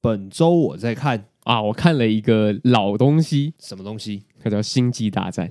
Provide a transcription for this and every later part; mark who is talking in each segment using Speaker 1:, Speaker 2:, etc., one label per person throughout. Speaker 1: 本周我在看
Speaker 2: 啊，我看了一个老东西，
Speaker 1: 什么东 西？
Speaker 2: 它叫《星际大战》。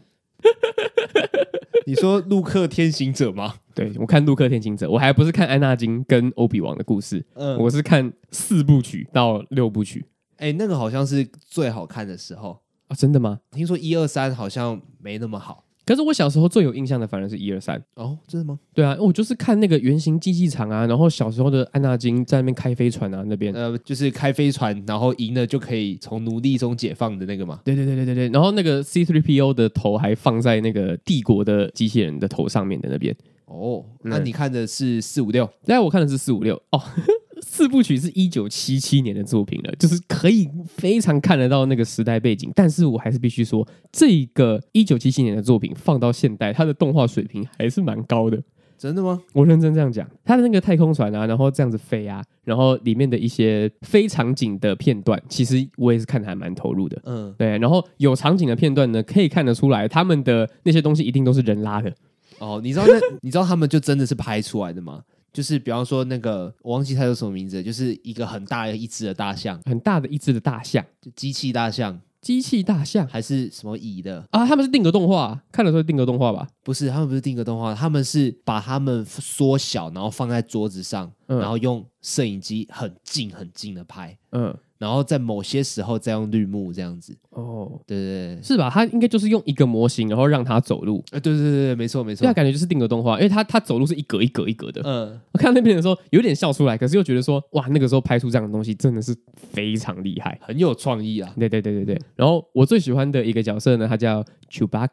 Speaker 1: 你说《陆克天行者》吗？
Speaker 2: 对我看《陆克天行者》，我还不是看安纳金跟欧比王的故事，
Speaker 1: 嗯，
Speaker 2: 我是看四部曲到六部曲
Speaker 1: 哎、那个好像是最好看的时候。
Speaker 2: 啊，真的吗？
Speaker 1: 听说一二三好像没那么好
Speaker 2: 可是我小时候最有印象的反而是一二三，
Speaker 1: 哦，真的吗？
Speaker 2: 对啊，我就是看那个原型竞技场啊，然后小时候的安纳金在那边开飞船啊，那边，
Speaker 1: 呃，就是开飞船，然后赢了就可以从奴隶中解放的那个嘛。
Speaker 2: 对对对对对对，然后那个 C 3 P O 的头还放在那个帝国的机器人的头上面的那边，
Speaker 1: 哦，
Speaker 2: 嗯
Speaker 1: 那、你看的是四五六，
Speaker 2: 但我看的是四五六哦， 四部曲是一九七七年的作品了，就是可以非常看得到那个时代背景。但是我还是必须说，这个一九七七年的作品放到现代，它的动画水平还是蛮高的。
Speaker 1: 真的吗？
Speaker 2: 我认真这样讲，它的那个太空船啊，然后这样子飞啊，然后里面的一些非场景的片段，其实我也是看得还蛮投入的。
Speaker 1: 嗯，
Speaker 2: 对，然后有场景的片段呢，可以看得出来，他们的那些东西一定都是人拉的。
Speaker 1: 哦，你知道那 你知道他们就真的是拍出来的吗？就是比方说那个我忘记它叫什么名字了，就是一个很大一只的大象，
Speaker 2: 很大的一只的大象，
Speaker 1: 就机器大象
Speaker 2: 机器大象
Speaker 1: 还是什么蚁的？
Speaker 2: 啊，他们是定格动画，看得出来定格动画吧？
Speaker 1: 不是，他们不是定格动画，他们是把他们缩小，然后放在桌子上，
Speaker 2: 嗯
Speaker 1: 然后用摄影机很近很近的拍，
Speaker 2: 嗯，
Speaker 1: 然后在某些时候再用绿幕这样子。
Speaker 2: 哦，
Speaker 1: 对对对，
Speaker 2: 是吧？他应该就是用一个模型，然后让它走路，
Speaker 1: 呃，对对对对，没错没
Speaker 2: 所
Speaker 1: 错
Speaker 2: 以它。感觉就是定格动画，因为它它走路是一格一格一格的。
Speaker 1: 嗯，
Speaker 2: 我看到那边的时候有点笑出来，可是又觉得说，哇，那个时候拍出这样的东西真的是非常厉害。
Speaker 1: 很有创意啊，
Speaker 2: 对对对对对。然后我最喜欢的一个角色呢，他叫 Chewbacca。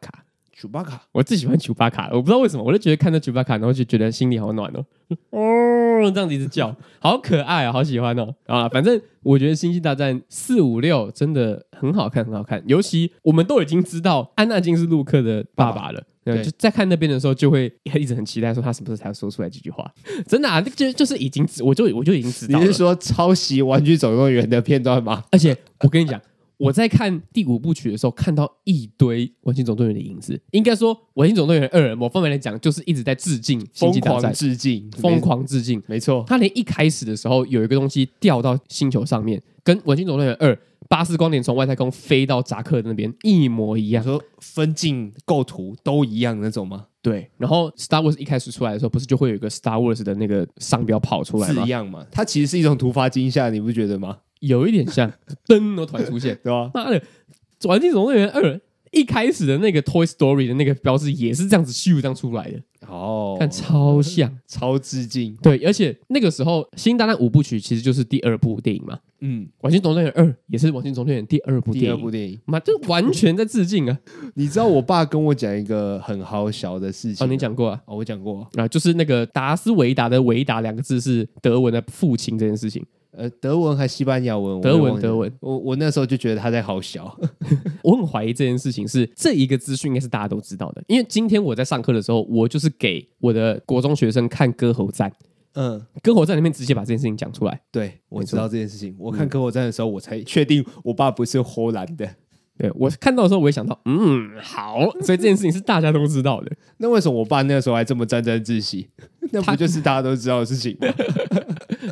Speaker 1: 楚巴卡。
Speaker 2: 我最喜欢 Chewbacca，我不知道为什么，我就觉得看到 Chewbacca，然后就觉得心里好暖哦，哦，这样子一直叫，好可爱啊，好喜欢哦啊！反正我觉得《星际大战》四五六真的很好看，很好看，尤其我们都已经知道安纳金是陆克的爸爸了。对，
Speaker 1: 对
Speaker 2: 就在看那边的时候，就会一直很期待，说他什么时候才说出来这句话。真的啊，那就就是已经知，我就我就已经知道
Speaker 1: 你
Speaker 2: 了。
Speaker 1: 是说抄袭《玩具总动员》的片段吗？
Speaker 2: 而且我跟你讲，我在看第五部曲的时候，看到一堆《玩具总动员》的影子。应该说，《玩具总动员二》某方面来讲，就是一直在致敬《星
Speaker 1: 疯
Speaker 2: 际大战
Speaker 1: 狂》，致敬，
Speaker 2: 疯，狂致敬。
Speaker 1: 没错。
Speaker 2: 他连一开始的时候有一个东西掉到星球上面，跟《玩具总动员二》巴斯光年从外太空飞到扎克那边一模一
Speaker 1: 你
Speaker 2: 样。
Speaker 1: 说分镜构图都一样那种吗？
Speaker 2: 对，然后 Star Wars 一开始出来的时候，不是就会有一个 Star Wars 的那个商标跑出来
Speaker 1: 字
Speaker 2: 吗？
Speaker 1: 样嘛，它其实是一种突发惊吓，你不觉得吗？
Speaker 2: 有一点像，灯都突然出现。
Speaker 1: 对吧？
Speaker 2: 妈的，《玩具总动员二》一开始的那个 Toy Story 的那个标志也是这样子咻这样出来的，
Speaker 1: 哦，
Speaker 2: 看超像。
Speaker 1: 超致敬，
Speaker 2: 对，而且那个时候《新大战五部曲》其实就是第二部电影嘛，《
Speaker 1: 嗯，
Speaker 2: 玩具总动员二》也是《玩具总动员》第二部
Speaker 1: 第
Speaker 2: 电
Speaker 1: 二
Speaker 2: 影
Speaker 1: 部。电影。
Speaker 2: 妈，这完全在致敬啊！
Speaker 1: 你知道我爸跟我讲一个很好笑的事情
Speaker 2: 哦，你讲过啊，
Speaker 1: 哦，我讲过，
Speaker 2: 啊，就是那个达斯维达的“维达”两个字是德文的父亲这件事情。
Speaker 1: 呃，德文还西班牙文，我
Speaker 2: 德
Speaker 1: 也
Speaker 2: 文
Speaker 1: 忘记
Speaker 2: 德
Speaker 1: 了
Speaker 2: 文，
Speaker 1: 我我那时候就觉得他在好笑，
Speaker 2: 我很怀疑这件事情是这一个资讯应该是大家都知道的，因为今天我在上课的时候，我就是给我的国中学生看《歌喉战》，
Speaker 1: 嗯，
Speaker 2: 《歌喉战》里面直接把这件事情讲出来。
Speaker 1: 对，我
Speaker 2: 没
Speaker 1: 知
Speaker 2: 错
Speaker 1: 道这件事情。我看歌火站的时候，我才确定我爸不是荷兰
Speaker 2: 嗯
Speaker 1: 的。
Speaker 2: 对我看到的时候，我也想到，嗯，好，所以这件事情是大家都知道的。
Speaker 1: 那为什么我爸那个时候还这么沾沾自 喜？那
Speaker 2: 他
Speaker 1: 不就是大家都知道的事情吗？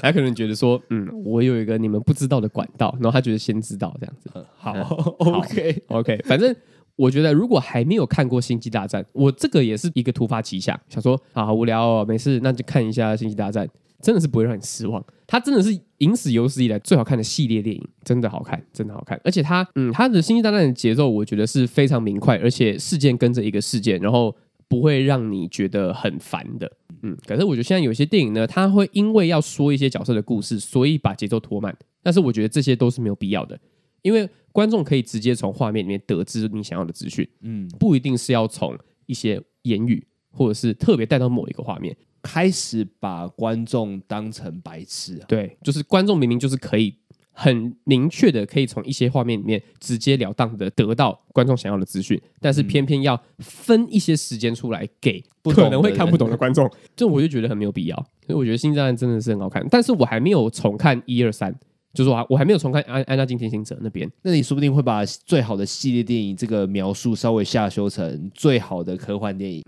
Speaker 2: 他可能觉得说，嗯，我有一个你们不知道的管道，然后他觉得先知道这样子。
Speaker 1: 嗯 好，OK，
Speaker 2: OK，反 正我觉得如果还没有看过《星际大战》，我这个也是一个突发奇想，想说啊，好无聊哦，没事，那就看一下《星际大战》，真的是不会让你失望。它真的是影史有史以来最好看的系列电影，真的好看，真的好看。而且它，嗯，它的《星际大战》的节奏，我觉得是非常明快，而且事件跟着一个事件，然后不会让你觉得很烦的。嗯，可是我觉得现在有些电影呢，它会因为要说一些角色的故事，所以把节奏拖慢。但是我觉得这些都是没有必要的，因为观众可以直接从画面里面得知你想要的资讯，
Speaker 1: 嗯，
Speaker 2: 不一定是要从一些言语或者是特别带到某一个画面。
Speaker 1: 开始把观众当成白痴啊！
Speaker 2: 对，就是观众明明就是可以很明确的，可以从一些画面里面直截了当的得到观众想要的资讯，但是偏偏要分一些时间出来给
Speaker 1: 不懂的
Speaker 2: 嗯可能会看
Speaker 1: 人
Speaker 2: 不懂的观众，这我就觉得很没有必要。所以我觉得《星战》真的是很好看，但是我还没有重看一二三，就是我还我还没有重看安安娜金天行者那边，
Speaker 1: 那你说不定会把最好的系列电影这个描述稍微下修成最好的科幻电影。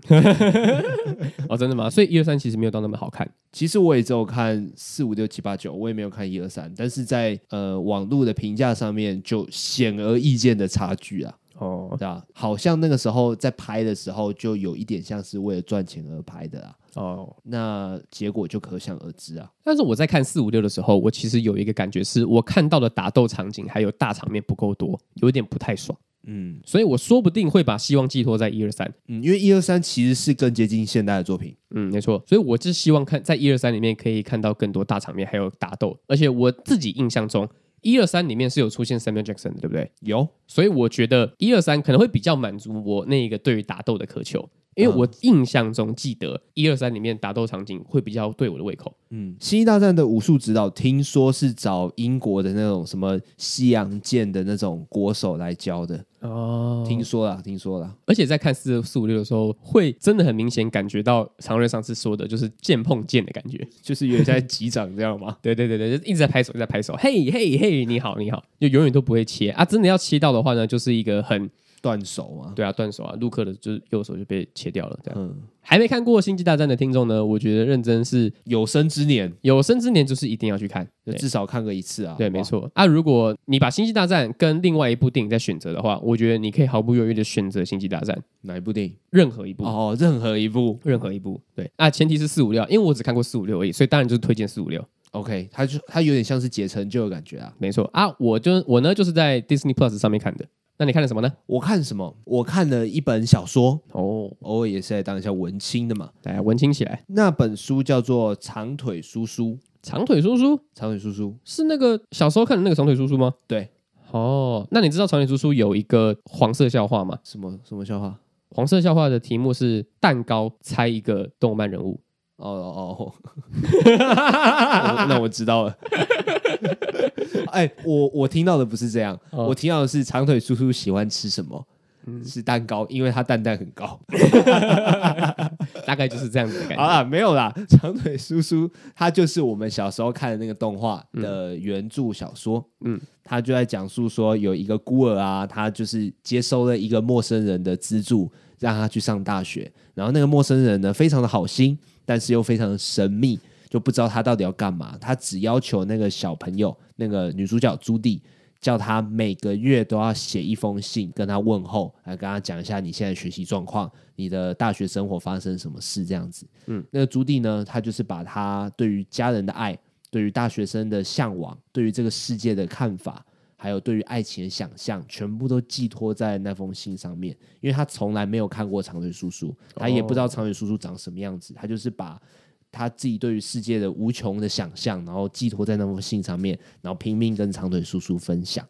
Speaker 2: 哦，真的吗？所以一二三其实没有到那么好看。
Speaker 1: 其实我也只有看四五六七八九，我也没有看一二三，但是在呃网络的评价上面就显而易见的差距啊，
Speaker 2: 哦
Speaker 1: 对吧、好像那个时候在拍的时候就有一点像是为了赚钱而拍的啊，
Speaker 2: 哦，
Speaker 1: 那结果就可想而知啊。
Speaker 2: 但是我在看四五六的时候，我其实有一个感觉是，我看到的打斗场景还有大场面不够多，有点不太爽，
Speaker 1: 嗯
Speaker 2: 所以我说不定会把希望寄托在一二三。
Speaker 1: 嗯，因为一二三其实是更接近现代的作品。
Speaker 2: 嗯，没错，所以我是希望看在一二三里面可以看到更多大场面，还有打斗。而且我自己印象中，一二三里面是有出现 Samuel Jackson 的，对不对？
Speaker 1: 有，
Speaker 2: 所以我觉得一二三可能会比较满足我那个对于打斗的渴求，因为我印象中记得一二三里面打斗场景会比较对我的胃口。
Speaker 1: 嗯，《星际大战》的武术指导听说是找英国的那种什么西洋剑的那种国手来教的，
Speaker 2: 哦
Speaker 1: 听说啦，听说啦。
Speaker 2: 而且在看四四五六的时候，会真的很明显感觉到常瑞上次说的，就是剑碰剑的感觉，就是有点在击掌这样嘛。对对对对，就一直在拍手，一直在拍手，嘿嘿嘿，你好你好，就永远都不会切啊！真的要切到的话呢，就是一个很
Speaker 1: 断手嘛，
Speaker 2: 对啊断手啊，陆克的就是右手就被切掉了这样。
Speaker 1: 嗯，
Speaker 2: 还没看过《星际大战》的听众呢，我觉得认真是
Speaker 1: 有生之年
Speaker 2: 有生之年就是一定要去看。
Speaker 1: 就
Speaker 2: 对
Speaker 1: 至少看个一次啊。
Speaker 2: 对，
Speaker 1: 好不
Speaker 2: 没
Speaker 1: 好。
Speaker 2: 错啊。如果你把《星际大战》跟另外一部电影在选择的话，我觉得你可以毫不犹豫的选择《星际大战》，
Speaker 1: 哪一部电影？
Speaker 2: 任何一部。
Speaker 1: 哦，任何一部。
Speaker 2: 任何一部。对啊，前提是四五六，因为我只看过四五六而已，所以当然就是推荐四五六，
Speaker 1: OK，它就它有点像是解成就的感觉啊。
Speaker 2: 没错啊。我就我呢就是在 Disney Plus 上面看的。那你看了什么呢？
Speaker 1: 我看什么？我看了一本小说，
Speaker 2: 哦，
Speaker 1: 偶尔也是来当一下文青的嘛。
Speaker 2: 大家文青起来，
Speaker 1: 那本书叫做《长腿叔叔》，
Speaker 2: 长腿叔叔
Speaker 1: 长腿叔叔，
Speaker 2: 是那个小时候看的那个长腿叔叔吗？
Speaker 1: 对，
Speaker 2: 哦，那你知道长腿叔叔有一个黄色笑话吗？
Speaker 1: 什么什么笑话？
Speaker 2: 黄色笑话的题目是蛋糕猜一个动漫人物。
Speaker 1: 哦哦哦，那我知道了。哎，我我听到的不是这样，
Speaker 2: 哦
Speaker 1: 我听到的是长腿叔叔喜欢吃什么？是蛋糕，因为他蛋蛋很高。
Speaker 2: 大概就是这样子的感
Speaker 1: 好
Speaker 2: 觉。
Speaker 1: 啦，没有啦， 长腿叔叔他就是我们小时候看的那个动画的原著小说，嗯
Speaker 2: 嗯，
Speaker 1: 他就在讲述说有一个孤儿啊，他就是接收了一个陌生人的资助，让他去上大学，然后那个陌生人呢非常的好心，但是又非常的神秘，就不知道他到底要干嘛，他只要求那个小朋友，那个女主角朱棣。叫他每个月都要写一封信跟他问候，来跟他讲一下你现在学习状况，你的大学生活发生什么事这样子。那个朱棣呢，他就是把他对于家人的爱、对于大学生的向往、对于这个世界的看法，还有对于爱情的想象，全部都寄托在那封信上面。因为他从来没有看过长腿叔叔，他也不知道长腿叔叔长什么样子，他就是把。他自己对于世界的无穷的想象，然后寄托在那封信上面，然后拼命跟长腿叔叔分享。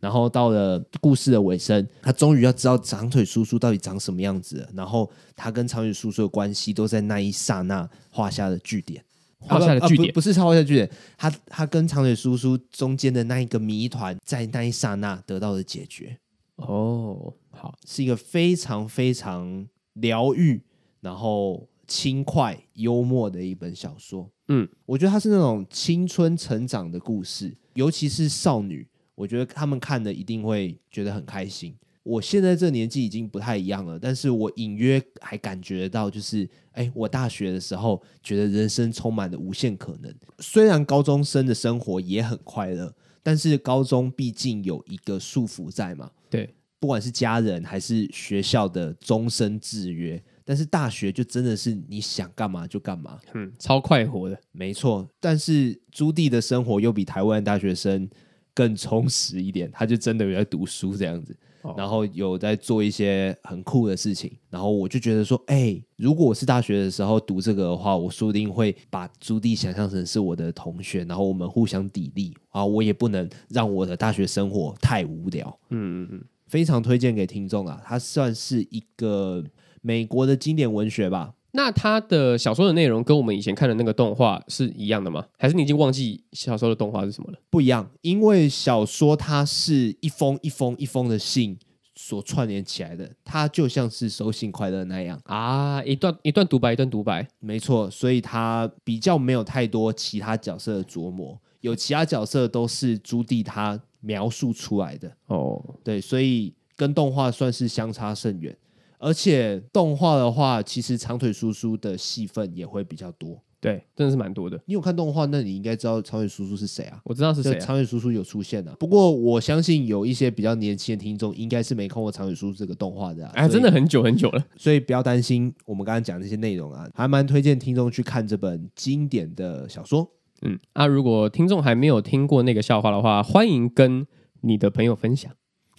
Speaker 1: 然后到了故事的尾声，他终于要知道长腿叔叔到底长什么样子了，然后他跟长腿叔叔的关系都在那一刹那画下了句点。
Speaker 2: 画下了
Speaker 1: 啊不
Speaker 2: 句
Speaker 1: 啊
Speaker 2: 点
Speaker 1: 不不是画下了句点，他他跟长腿叔叔中间的那一个谜团，在那一刹那得到了解决，
Speaker 2: 哦，好，
Speaker 1: 是一个非常非常疗愈，然后轻快幽默的一本小说。
Speaker 2: 嗯，
Speaker 1: 我觉得它是那种青春成长的故事，尤其是少女，我觉得她们看了一定会觉得很开心。我现在这年纪已经不太一样了，但是我隐约还感觉到，就是哎，我大学的时候觉得人生充满了无限可能。虽然高中生的生活也很快乐，但是高中毕竟有一个束缚在嘛，
Speaker 2: 对，
Speaker 1: 不管是家人还是学校的终身制约。但是大学就真的是你想干嘛就干嘛，
Speaker 2: 嗯，超快活的，
Speaker 1: 没错，但是朱棣的生活又比台湾大学生更充实一点，他就真的有在读书这样子，
Speaker 2: 哦
Speaker 1: 然后有在做一些很酷的事情，然后我就觉得说，哎、如果我是大学的时候读这个的话，我说不定会把朱棣想象成是我的同学，然后我们互相砥砺啊，我也不能让我的大学生活太无聊，
Speaker 2: 嗯嗯嗯，
Speaker 1: 非常推荐给听众啊，它算是一个美国的经典文学吧，
Speaker 2: 那他的小说的内容跟我们以前看的那个动画是一样的吗？还是你已经忘记小时候的动画是什么了？
Speaker 1: 不一样，因为小说它是一封一封一封的信所串联起来的，它就像是收信快乐那样，
Speaker 2: 啊，一段一段独白，一段独白，
Speaker 1: 没错，所以它比较没有太多其他角色的琢磨。有其他角色都是朱棣他描述出来的，
Speaker 2: 哦，
Speaker 1: 对，所以跟动画算是相差甚远。而且动画的话，其实长腿叔叔的戏份也会比较多。
Speaker 2: 对，真的是蛮多的。
Speaker 1: 你有看动画，那你应该知道长腿叔叔是谁啊？
Speaker 2: 我知道是
Speaker 1: 就
Speaker 2: 谁、啊，
Speaker 1: 长腿叔叔有出现啊。不过我相信有一些比较年轻的听众，应该是没看过长腿叔叔这个动画的、啊。
Speaker 2: 哎，
Speaker 1: 所以
Speaker 2: 真的，很久很久了。
Speaker 1: 所以不要担心，我们刚刚讲这些内容啊，还蛮推荐听众去看这本经典的小说。
Speaker 2: 嗯，啊，如果听众还没有听过那个笑话的话，欢迎跟你的朋友分享。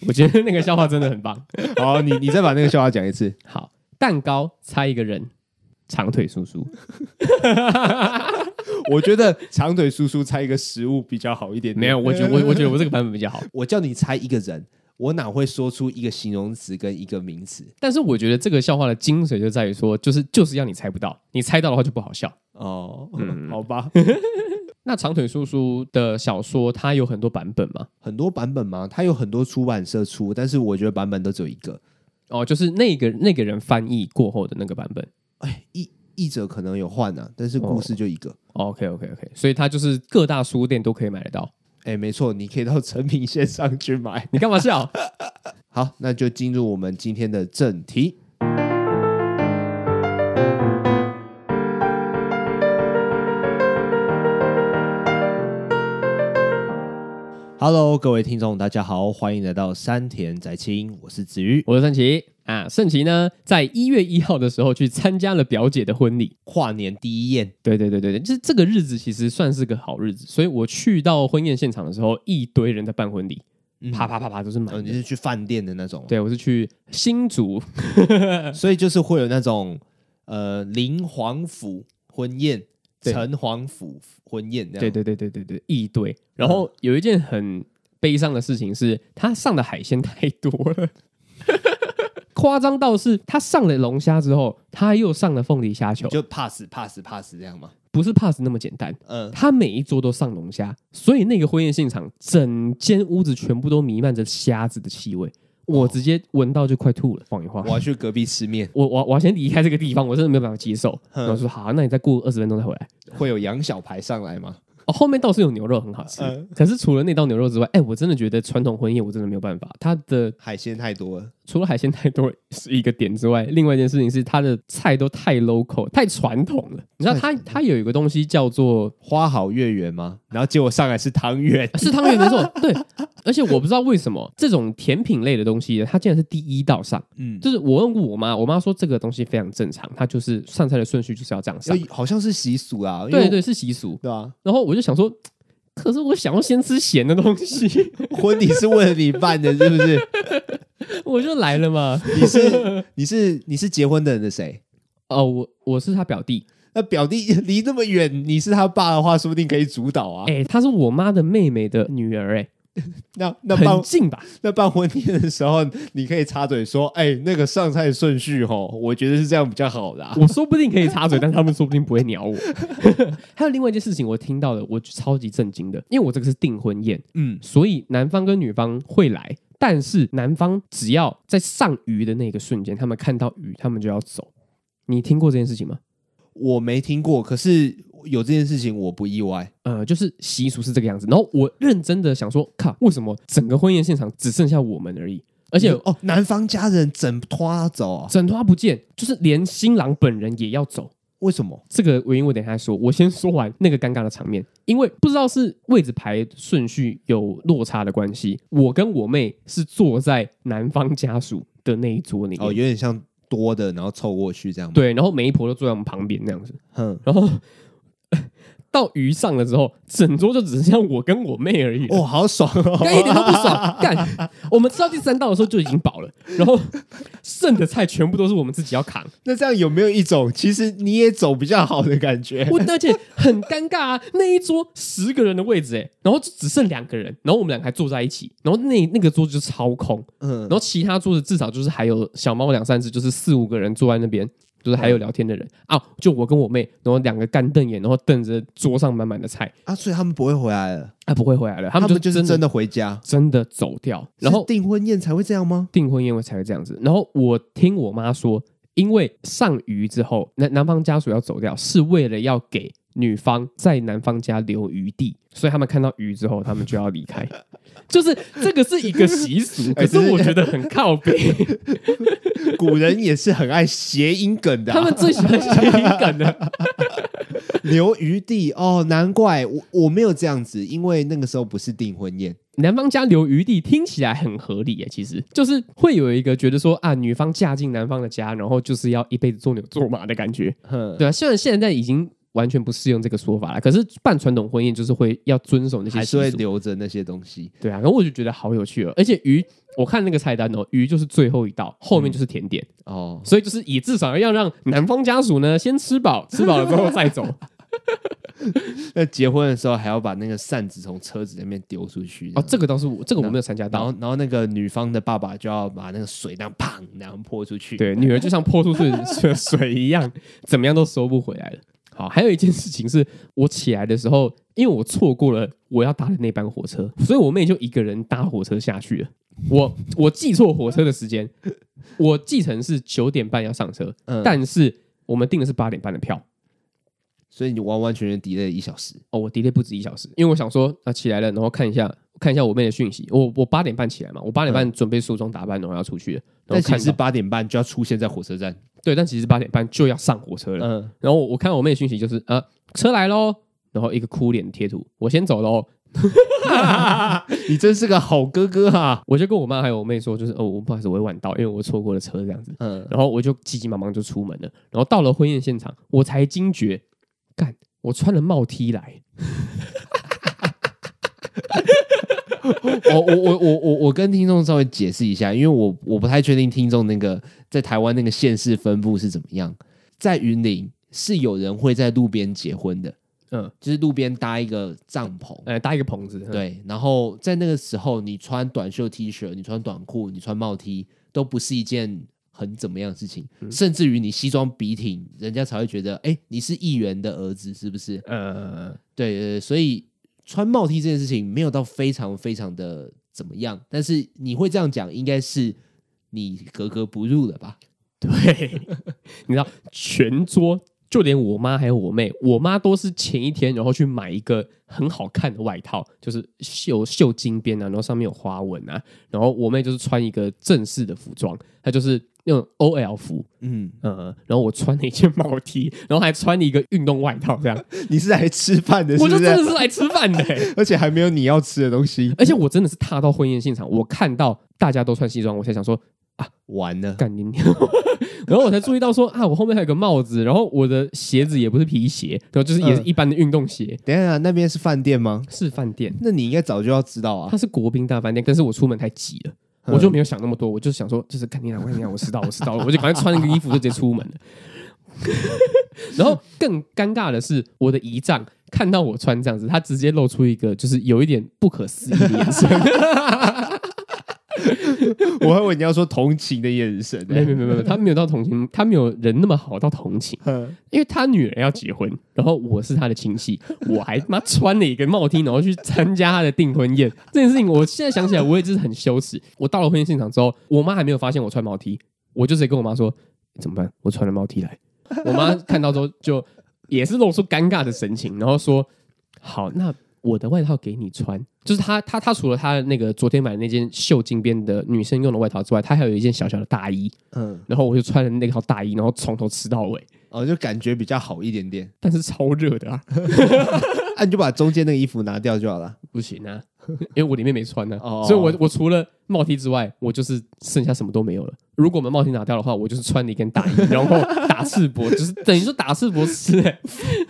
Speaker 2: 我觉得那个笑话真的很棒。
Speaker 1: 好，你你再把那个笑话讲一次。
Speaker 2: 好，蛋糕猜一个人，长腿叔叔。
Speaker 1: 我觉得长腿叔叔猜一个食物比较好一点点
Speaker 2: 没有，我觉得我我觉得我这个版本比较好，
Speaker 1: 我叫你猜一个人，我哪会说出一个形容词跟一个名词？
Speaker 2: 但是我觉得这个笑话的精髓就在于说，就是就是要你猜不到，你猜到的话就不好笑。
Speaker 1: 哦，好吧，
Speaker 2: 那长腿叔叔的小说，它有很多版本嘛？
Speaker 1: 很多版本嘛，它有很多出版社出，但是我觉得版本都只有一个。
Speaker 2: 哦，就是那个那个人翻译过后的那个版本。
Speaker 1: 哎，译译者可能有换啊，但是故事就一个。
Speaker 2: OK OK OK，所以它就是各大书店都可以买得到。
Speaker 1: 哎，没错，你可以到成品线上去买。
Speaker 2: 你干嘛笑？
Speaker 1: 好，那就进入我们今天的正题。Hello，各位听众，大家好，欢迎来到山田宅青，我是子瑜。
Speaker 2: 我是圣奇啊，圣奇呢，在一月一号的时候去参加了表姐的婚礼。
Speaker 1: 跨年第一宴，
Speaker 2: 对对对对对，就是这个日子其实算是个好日子，所以我去到婚宴现场的时候，一堆人在办婚礼，啪啪啪啪都是满
Speaker 1: 呃，
Speaker 2: 的。
Speaker 1: 你是去饭店的那种，
Speaker 2: 对我是去新竹，
Speaker 1: 所以就是会有那种呃林皇府婚宴、
Speaker 2: 对
Speaker 1: 陈皇府婚宴这样。
Speaker 2: 对对对对对对，一堆。然后有一件很悲伤的事情是，他上的海鲜太多了。 夸张到是，他上了龙虾之后，他又上了凤梨虾球，
Speaker 1: 就 pass pass pass 这样嘛。
Speaker 2: 不是 pass 那么简单，
Speaker 1: 嗯、
Speaker 2: 他每一桌都上龙虾，所以那个婚宴现场，整间屋子全部都弥漫着虾子的气味，我直接闻到就快吐了。晃一晃
Speaker 1: 我，要去隔壁吃面，
Speaker 2: 我我我要先离开这个地方，我真的没有办法接受。
Speaker 1: 嗯
Speaker 2: 然后说好，那你再过二十分钟再回来。
Speaker 1: 会有羊小排上来吗？
Speaker 2: 哦，后面倒是有牛肉很好吃，
Speaker 1: 嗯
Speaker 2: 可是除了那道牛肉之外，哎，我真的觉得传统婚宴我真的没有办法。它的
Speaker 1: 海鲜太多了，
Speaker 2: 除了海鲜太多是一个点之外，另外一件事情是它的菜都太 local、太传统了。你知道它它有一个东西叫做
Speaker 1: 花好月圆吗？然后结果上来是汤圆，
Speaker 2: 是汤圆没错，对。而且我不知道为什么这种甜品类的东西，它竟然是第一道上。
Speaker 1: 嗯，
Speaker 2: 就是我问过我妈，我妈说这个东西非常正常，它就是上菜的顺序就是要这样
Speaker 1: 所
Speaker 2: 上。
Speaker 1: 以好像是习俗啊，因为
Speaker 2: 对对，是习俗。
Speaker 1: 对啊，
Speaker 2: 然后我就想说，可是我想要先吃咸的东西，
Speaker 1: 婚礼是为了你办的，是不 是？
Speaker 2: 我就来了嘛。
Speaker 1: 你是你是你是结婚的人的谁？
Speaker 2: 哦，我我是他表弟，
Speaker 1: 那表弟离那么远，你是他爸的话，说不定可以主导啊。
Speaker 2: 哎、她是我妈的妹妹的女儿、哎，
Speaker 1: 那那办
Speaker 2: 很近吧？
Speaker 1: 那办婚宴的时候，你可以插嘴说：“哎、那个上菜顺序吼，我觉得是这样比较好的、啊。
Speaker 2: 我说不定可以插嘴，但他们说不定不会鸟 我。还有另外一件事情，我听到了，我超级震惊的，因为我这个是订婚宴，”
Speaker 1: 嗯，
Speaker 2: 所以男方跟女方会来，但是男方只要在上鱼的那个瞬间，他们看到鱼，他们就要走。你听过这件事情吗？
Speaker 1: 我没听过，可是有这件事情我不意外。
Speaker 2: 呃，就是习俗是这个样子。然后我认真的想说，靠，为什么整个婚宴现场只剩下我们而已？而
Speaker 1: 而
Speaker 2: 且
Speaker 1: 哦，男方家人整拖走、啊，
Speaker 2: 整团不见，就是连新郎本人也要走。
Speaker 1: 为什么？
Speaker 2: 这个原因我等一下说，我先说完那个尴尬的场面，因为不知道是位置排顺序有落差的关系，我跟我妹是坐在男方家属的那一桌里面。
Speaker 1: 哦，有点像多的，然后凑过去这样。，
Speaker 2: 对，然后每一婆都坐在我们旁边那样子，
Speaker 1: 哼，
Speaker 2: 然后 到鱼上了之后，整桌就只剩下我跟我妹而已了。
Speaker 1: 哦，好爽哦！
Speaker 2: 干一点都不爽，干！我们吃到第三道的时候就已经饱了，然后剩的菜全部都是我们自己要扛，
Speaker 1: 那这样有没有一种其实你也走比较好的感觉？
Speaker 2: 我而且很尴尬啊！那一桌十个人的位置，哎，然后就只剩两个人，然后我们两个还坐在一起，然后那那个桌子就超空，
Speaker 1: 嗯
Speaker 2: 然，后其他桌子至少就是还有小猫两三只，就是四五个人坐在那边，就是
Speaker 1: 嗯
Speaker 2: 还有聊天的人啊，就我跟我妹，然后两个干瞪眼，然后瞪着桌上满满的菜，
Speaker 1: 啊，所以他们不会回来了，
Speaker 2: 啊，不会回来了，他
Speaker 1: 他
Speaker 2: 们就
Speaker 1: 就是
Speaker 2: 真
Speaker 1: 真
Speaker 2: 的
Speaker 1: 的回家。
Speaker 2: 真的走掉，然后
Speaker 1: 是订婚宴才会这样吗？
Speaker 2: 订婚宴会才会这样子。然后我听我妈说，因为上鱼之后，男男方家属要走掉，是为了要给女方在男方家留余地，所以他们看到鱼之后，他们就要离开。 就是这个是一个习俗，可是
Speaker 1: 这是
Speaker 2: 我觉得很靠北。
Speaker 1: 古人也是很爱谐音梗的啊、
Speaker 2: 他们最喜欢谐音梗的，
Speaker 1: 留余地哦，难怪我我没有这样子，因为那个时候不是订婚 宴，
Speaker 2: 男方家留余地听起来很合理耶。其实就是会有一个觉得说啊，女方嫁进男方的家，然后就是要一辈子做牛做马的感觉。
Speaker 1: 哼，
Speaker 2: 对啊，虽然现在已经完全不适用这个说法了，可是办传统婚宴就是会要遵守那些
Speaker 1: 还是
Speaker 2: 习
Speaker 1: 会
Speaker 2: 俗。
Speaker 1: 留着那些东西。
Speaker 2: 对啊，然后我就觉得好有趣哦，而且鱼，我看那个菜单哦，鱼就是最后一道，后面就是甜点，
Speaker 1: 哦，
Speaker 2: 所以就是也至少要让男方家属呢先吃饱，吃饱了之后 再走。
Speaker 1: 那结婚的时候还要把那个扇子从车子那边丢出去
Speaker 2: 哦，这
Speaker 1: 个，
Speaker 2: 个倒是我，这个我没有参加
Speaker 1: 然
Speaker 2: 到
Speaker 1: 后。然后那个女方的爸爸就要把那个水那样砰那样泼出去。，
Speaker 2: 对，女儿就像泼出去的水一样，怎么样都收不回来了。好，还有一件事情是我起来的时候，因为我错过了我要搭的那班火车，所以我妹就一个人搭火车下去了。我我记错火车的时间，我记成是九点半要上车，
Speaker 1: 嗯
Speaker 2: 但是我们订的是八点半的票。
Speaker 1: 所以你完完全全 delay 了一小时。
Speaker 2: 哦，我 delay 不止一小时，因为我想说啊，起来了，然后看一下看一下我妹的讯息。我我八点半起来嘛，我八点半准备梳妆打扮，然后要出去了。然
Speaker 1: 但
Speaker 2: 后
Speaker 1: 其
Speaker 2: 看
Speaker 1: 实
Speaker 2: 到
Speaker 1: 八点半就要出现在火车站。
Speaker 2: 对，但其实八点半就要上火车了。
Speaker 1: 嗯，
Speaker 2: 然后我看我妹的讯息就是呃车来喽，然后一个哭脸贴图，我先走喽。
Speaker 1: 你真是个好哥哥啊。
Speaker 2: 我就跟我妈还有我妹说，就是哦，我不好意思，我会晚到，因为我错过了车这样子。
Speaker 1: 嗯，
Speaker 2: 然后我就急急忙忙就出门了。然后到了婚宴现场，我才惊觉，干，我穿了帽 T 来。
Speaker 1: 我哦我我我我我跟听众稍微解释一下，因为我我不太确定听众那个在台湾那个县市分布是怎么样。在云林是有人会在路边结婚的，
Speaker 2: 嗯，
Speaker 1: 就是路边搭一个帐篷，
Speaker 2: 呃，搭一个棚子。嗯，
Speaker 1: 对，然后在那个时候，你穿短袖 T 恤，你穿短裤，你穿帽 T，都不是一件很怎么样的事情，
Speaker 2: 嗯
Speaker 1: 甚至于你西装笔挺，人家才会觉得，哎，你是议员的儿子，是不是？
Speaker 2: 呃，
Speaker 1: 对对对，所以穿帽 T 这件事情没有到非常非常的怎么样，但是你会这样讲，应该是你格格不入了吧？
Speaker 2: 对， 你知道，全桌就连我妈还有我妹，我妈都是前一天然后去买一个很好看的外套，就是绣绣金边啊，然后上面有花纹啊，然后我妹就是穿一个正式的服装，她就是那种 OL 服，
Speaker 1: 嗯，
Speaker 2: 呃，然后我穿了一件毛 T，然后还穿了一个运动外套，这样，
Speaker 1: 你是来吃饭 的
Speaker 2: 我就真的是来吃饭的欸、
Speaker 1: 而且还没有你要吃的东西，
Speaker 2: 而且我真的是踏到婚宴现场，我看到大家都穿西装，我才想说，
Speaker 1: 完了，
Speaker 2: 干你娘！然后我才注意到说啊，我后面还有个帽子，然后我的鞋子也不是皮鞋，然后就是也是
Speaker 1: 嗯
Speaker 2: 一般的运动鞋，
Speaker 1: 等一下那边是饭店吗？
Speaker 2: 是饭店，
Speaker 1: 那你应该早就要知道啊
Speaker 2: 它。是国宾大饭店，但是我出门太急了。
Speaker 1: 嗯
Speaker 2: 我就没有想那么多，我就想说，就是干你娘，我跟你讲，我知道，我知道了，我就赶快穿了个衣服就直接出门了。 然后更尴尬的是，我的姨丈看到我穿这样子，他直接露出一个就是有一点不可思议的眼 神。
Speaker 1: 我还以为你要说同情的眼神欸呢、
Speaker 2: 没有没有没有没有，他没有到同情，他没有人那么好到同情。
Speaker 1: 哼
Speaker 2: 因为他女儿要结婚，然后我是他的亲戚， 我还妈穿了一个帽 T，然后去参加他的订婚宴。 这件事情我现在想起来，我也真是很羞耻。我到了婚宴现场之后，我妈还没有发现我穿帽 T，我就直接跟我妈说：“怎么办？我穿了帽 T 来。”我妈看到之后就也是露出尴尬的神情，然后说：“好，那我的外套给你穿。”就是她她她除了她那个昨天买的那件绣金边的女生用的外套之外，她还有一件小小的大衣，
Speaker 1: 嗯，
Speaker 2: 然后我就穿了那套大衣，然后从头吃到尾。
Speaker 1: 哦，就感觉比较好一点点。
Speaker 2: 但是超热的啊，
Speaker 1: 啊，你就把中间那个衣服拿掉就好了。
Speaker 2: 不行啊，因为我里面没穿呢、
Speaker 1: 哦
Speaker 2: 所以我我除了帽 T 之外，我就是剩下什么都没有了。如果我们帽 T 拿掉的话，我就是穿了一根大衣，然后打赤膊，就是等于说打赤膊吃、欸，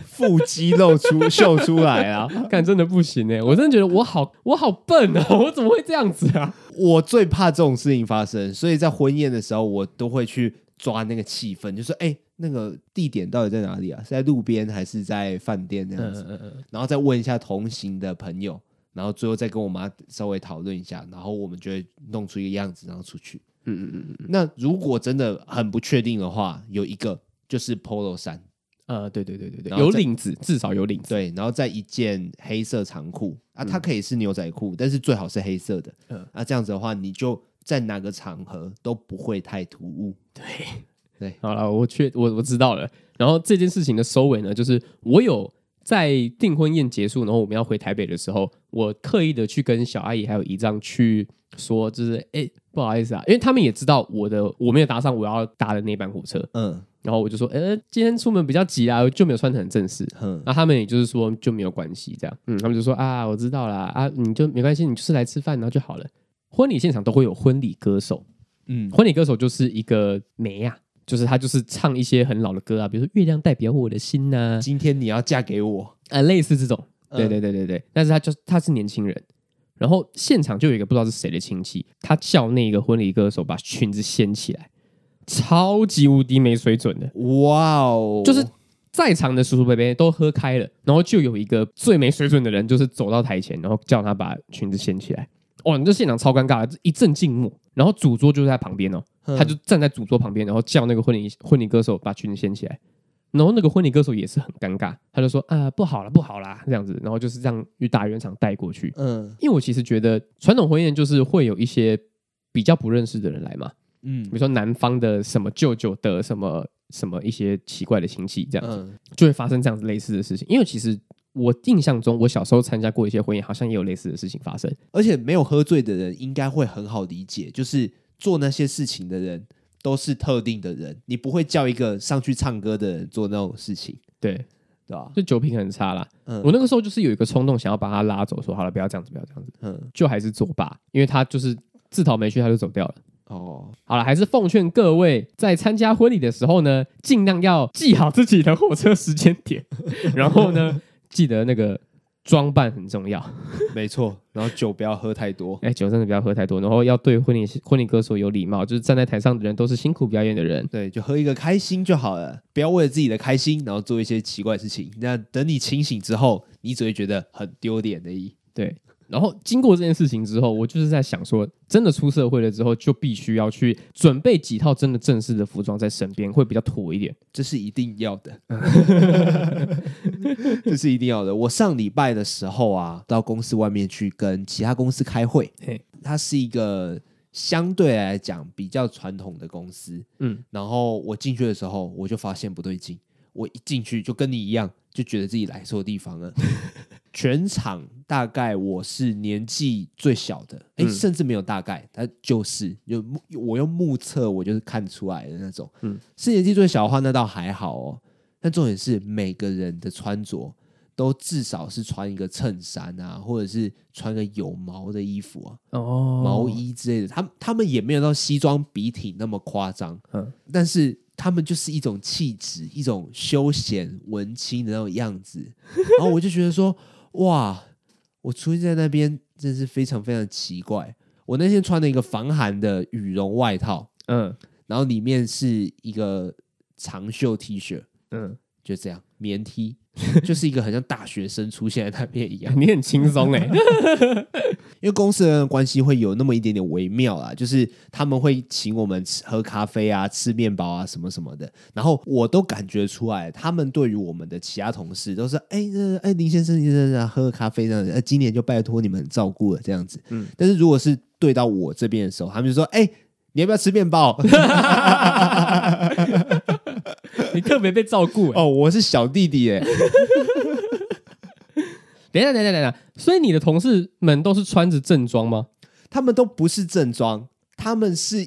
Speaker 1: 腹肌露 出秀出来啊！
Speaker 2: 看真的不行哎、我真的觉得我好我好笨啊，我怎么会这样子啊？
Speaker 1: 我最怕这种事情发生，所以在婚宴的时候，我都会去抓那个气氛，就说：“哎、那个地点到底在哪里啊？是在路边还是在饭店那样子？”
Speaker 2: 嗯嗯，
Speaker 1: 然后再问一下同行的朋友，然后最后再跟我妈稍微讨论一下，然后我们就会弄出一个样子，然后出去。
Speaker 2: 嗯嗯嗯，
Speaker 1: 那如果真的很不确定的话，有一个就是 polo 衫，
Speaker 2: 呃，对对对对对，
Speaker 1: 然后
Speaker 2: 有
Speaker 1: 再
Speaker 2: 领子，至少有领子。
Speaker 1: 对，然后再一件黑色长裤啊，它可以是牛仔裤，但是最好是黑色的。
Speaker 2: 嗯
Speaker 1: 啊，这样子的话，你就在哪个场合都不会太突兀。
Speaker 2: 好了，我确我我知道了。然后这件事情的收尾呢，就是我有在订婚宴结束，然后我们要回台北的时候，我刻意的去跟小阿姨还有姨丈去说，就是哎、不好意思啊，因为他们也知道我的我没有搭上我要搭的那班火车，
Speaker 1: 嗯
Speaker 2: 然后我就说，呃，今天出门比较急啊，就没有穿的很正式。
Speaker 1: 哼，
Speaker 2: 那他们也就是说就没有关系，这样，嗯，他们就说啊，我知道啦，啊，你就没关系，你就是来吃饭，然后就好了。婚礼现场都会有婚礼歌手，
Speaker 1: 嗯
Speaker 2: 婚礼歌手就是一个梅呀、就是他就是唱一些很老的歌啊，比如说《月亮代表我的心》呐，
Speaker 1: 今天你要嫁给我，
Speaker 2: 啊，类似这种，
Speaker 1: 嗯
Speaker 2: 对对对对对，但是他就是他是年轻人，然后现场就有一个不知道是谁的亲戚，他叫那个婚礼歌手把裙子掀起来，超级无敌没水准的，
Speaker 1: 哇哦，
Speaker 2: 就是在场的叔叔伯伯都喝开了，然后就有一个最没水准的人，就是走到台前，然后叫他把裙子掀起来。哇，你这现场超尴尬的，一阵静默。然后主桌就在旁边哦，
Speaker 1: 哼
Speaker 2: 他就站在主桌旁边，然后叫那个婚礼婚礼歌手把裙子掀起来。然后那个婚礼歌手也是很尴尬，他就说啊、不好了不好啦这样子，然后就是这样与打圆场带过去。
Speaker 1: 嗯
Speaker 2: 因为我其实觉得传统婚宴就是会有一些比较不认识的人来嘛，比
Speaker 1: 嗯
Speaker 2: 如说南方的什么舅舅的什么什么一些奇怪的亲戚这样子，
Speaker 1: 嗯
Speaker 2: 就会发生这样子类似的事情。因为其实我印象中，我小时候参加过一些婚宴，好像也有类似的事情发生。
Speaker 1: 而且没有喝醉的人应该会很好理解，就是做那些事情的人都是特定的人，你不会叫一个上去唱歌的人做那种事情，
Speaker 2: 对，
Speaker 1: 对吧？
Speaker 2: 就酒品很差啦。
Speaker 1: 嗯
Speaker 2: 我那个时候就是有一个冲动，想要把他拉走，说好了，不要这样子，不要这样子，
Speaker 1: 嗯，
Speaker 2: 就还是作罢，因为他就是自讨没趣，他就走掉了。
Speaker 1: 哦，
Speaker 2: 好了，还是奉劝各位在参加婚礼的时候呢，尽量要记好自己的火车时间点， 然后呢，记得那个装扮很重要。
Speaker 1: 没错，然后酒不要喝太多，
Speaker 2: 哎，酒真的不要喝太多，然后要对婚礼婚礼歌手有礼貌，就是站在台上的人都是辛苦表演的人。
Speaker 1: 对，就喝一个开心就好了，不要为了自己的开心，然后做一些奇怪的事情。那等你清醒之后，你只会觉得很丢脸而已。
Speaker 2: 对，然后经过这件事情之后，我就是在想说，真的出社会了之后，就必须要去准备几套真的正式的服装在身边，会比较妥一点。
Speaker 1: 这是一定要的，这是一定要的。我上礼拜的时候啊，到公司外面去跟其他公司开会
Speaker 2: 嘿，
Speaker 1: 它是一个相对来讲比较传统的公司。
Speaker 2: 嗯，
Speaker 1: 然后我进去的时候，我就发现不对劲，我一进去就跟你一样，就觉得自己来错地方了。全场大概我是年纪最小的，哎、
Speaker 2: 嗯
Speaker 1: 甚至没有大概，他就是就目我用目测，我就是看出来的那种。
Speaker 2: 嗯
Speaker 1: 嗯，是年纪最小的话，那倒还好哦。但重点是每个人的穿着都至少是穿一个衬衫啊，或者是穿个有毛的衣服啊，
Speaker 2: 哦
Speaker 1: 毛，衣之类的。他们他们也没有到西装笔挺那么夸张，
Speaker 2: 嗯，
Speaker 1: 但是他们就是一种气质，一种休闲文青的那种样子。 然后我就觉得说，哇，我出现在那边真是非常非常奇怪。我那天穿了一个防寒的羽绒外套，
Speaker 2: 嗯
Speaker 1: 然后里面是一个长袖 T 恤，
Speaker 2: 嗯，
Speaker 1: 就这样棉 T，就是一个很像大学生出现在那边一样。
Speaker 2: 你很轻松哎、
Speaker 1: 因为公司的关系会有那么一点点微妙啦，就是他们会请我们吃喝咖啡啊、吃面包啊什么什么的，然后我都感觉出来，他们对于我们的其他同事都是哎呃哎林先生林先生啊喝个咖啡这样子，呃今年就拜托你们很照顾了这样子。
Speaker 2: 嗯
Speaker 1: 嗯，但是如果是对到我这边的时候，他们就说哎。你要不要吃面包？
Speaker 2: 你特别被照顾、欸。
Speaker 1: 哦，我是小弟弟哎，
Speaker 2: 等一下，等一下，等一下，所以你的同事们都是穿着正装吗？
Speaker 1: 他们都不是正装，他们是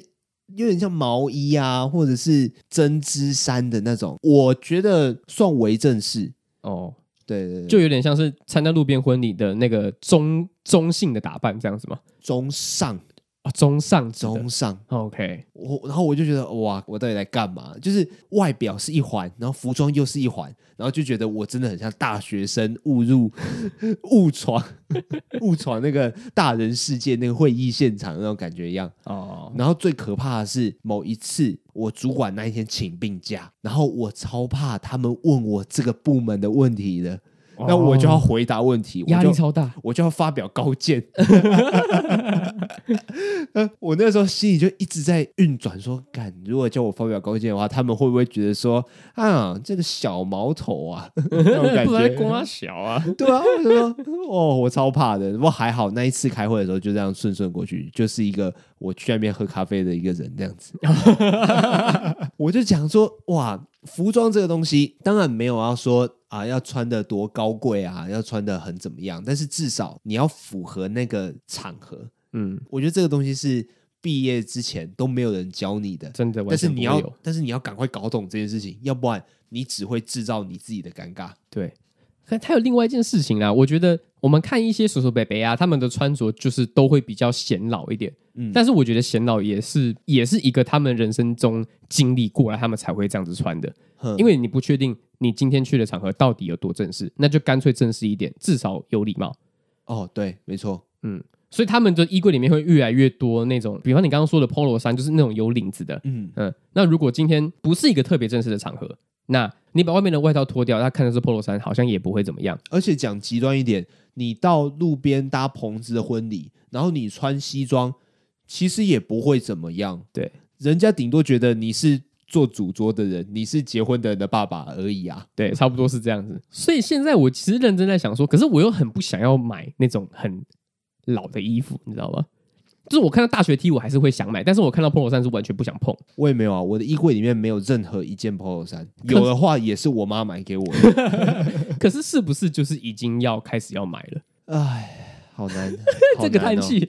Speaker 1: 有点像毛衣啊，或者是针织衫的那种，我觉得算为正式。
Speaker 2: 哦，
Speaker 1: 对对对，
Speaker 2: 就有点像是参加路边婚礼的那个中中性的打扮这样子吗？
Speaker 1: 中上
Speaker 2: 啊、中上值的
Speaker 1: 中上，
Speaker 2: ，OK，
Speaker 1: 我然后我就觉得哇，我到底来干嘛？就是外表是一环，然后服装又是一环，然后就觉得我真的很像大学生误入误闯误闯那个大人世界那个会议现场那种感觉一样。
Speaker 2: 哦，
Speaker 1: 然后最可怕的是，某一次我主管那一天请病假，然后我超怕他们问我这个部门的问题的，那我就要回答问题，我
Speaker 2: 哦压
Speaker 1: 就
Speaker 2: 力超大，
Speaker 1: 我就要发表高见。 呃我那时候心里就一直在运转，说：干，如果叫我发表高见的话，他们会不会觉得说啊，这个小毛头啊， 那种感
Speaker 2: 不然
Speaker 1: 觉？
Speaker 2: 瓜小啊。
Speaker 1: 对啊，我就说哦，我超怕的。不过还好那一次开会的时候就这样顺顺过去，就是一个 我去那边喝咖啡的一个人这样子。我就讲说，哇，服装这个东西，当然没有要说啊要穿的多高贵啊，要穿的很怎么样，但是至少你要符合那个场合。
Speaker 2: 嗯，
Speaker 1: 我觉得这个东西是毕业之前都没有人教你的，
Speaker 2: 真的完
Speaker 1: 但是
Speaker 2: 全不
Speaker 1: 你
Speaker 2: 会
Speaker 1: 要
Speaker 2: 有，
Speaker 1: 但是你要赶快搞懂这件事情，要不然你只会制造你自己的尴尬。
Speaker 2: 对。可还有另外一件事情啦，我觉得我们看一些叔叔伯伯啊，他们的穿着就是都会比较显老一点，
Speaker 1: 嗯
Speaker 2: 但是我觉得显老也是也是一个他们人生中经历过来，他们才会这样子穿的。
Speaker 1: 哼
Speaker 2: 因为你不确定你今天去的场合到底有多正式，那就干脆正式一点，至少有礼貌。
Speaker 1: 哦，对，没错，
Speaker 2: 嗯，所以他们的衣柜里面会越来越多那种，比方你刚刚说的 polo 衫，就是那种有领子的。
Speaker 1: 嗯，
Speaker 2: 嗯，那如果今天不是一个特别正式的场合，那你把外面的外套脱掉，他看的是 polo 衫，好像也不会怎么样。
Speaker 1: 而且讲极端一点，你到路边搭棚子的婚礼，然后你穿西装，其实也不会怎么样。
Speaker 2: 对，
Speaker 1: 人家顶多觉得你是做主桌的人，你是结婚的人的爸爸而已啊。
Speaker 2: 对，差不多是这样子。所以现在我其实认真在想说，可是我又很不想要买那种很老的衣服，你知道吗？就是我看到大学 T 我还是会想买，但是我看到 polo 衫是完全不想碰。
Speaker 1: 我也没有啊，我的衣柜里面没有任何一件 polo 衫，有的话也是我妈买给我 的。
Speaker 2: 可是是不是就是已经要开始要买了？
Speaker 1: 唉，好难，好
Speaker 2: 这个
Speaker 1: 难
Speaker 2: 叹
Speaker 1: 哦
Speaker 2: 气，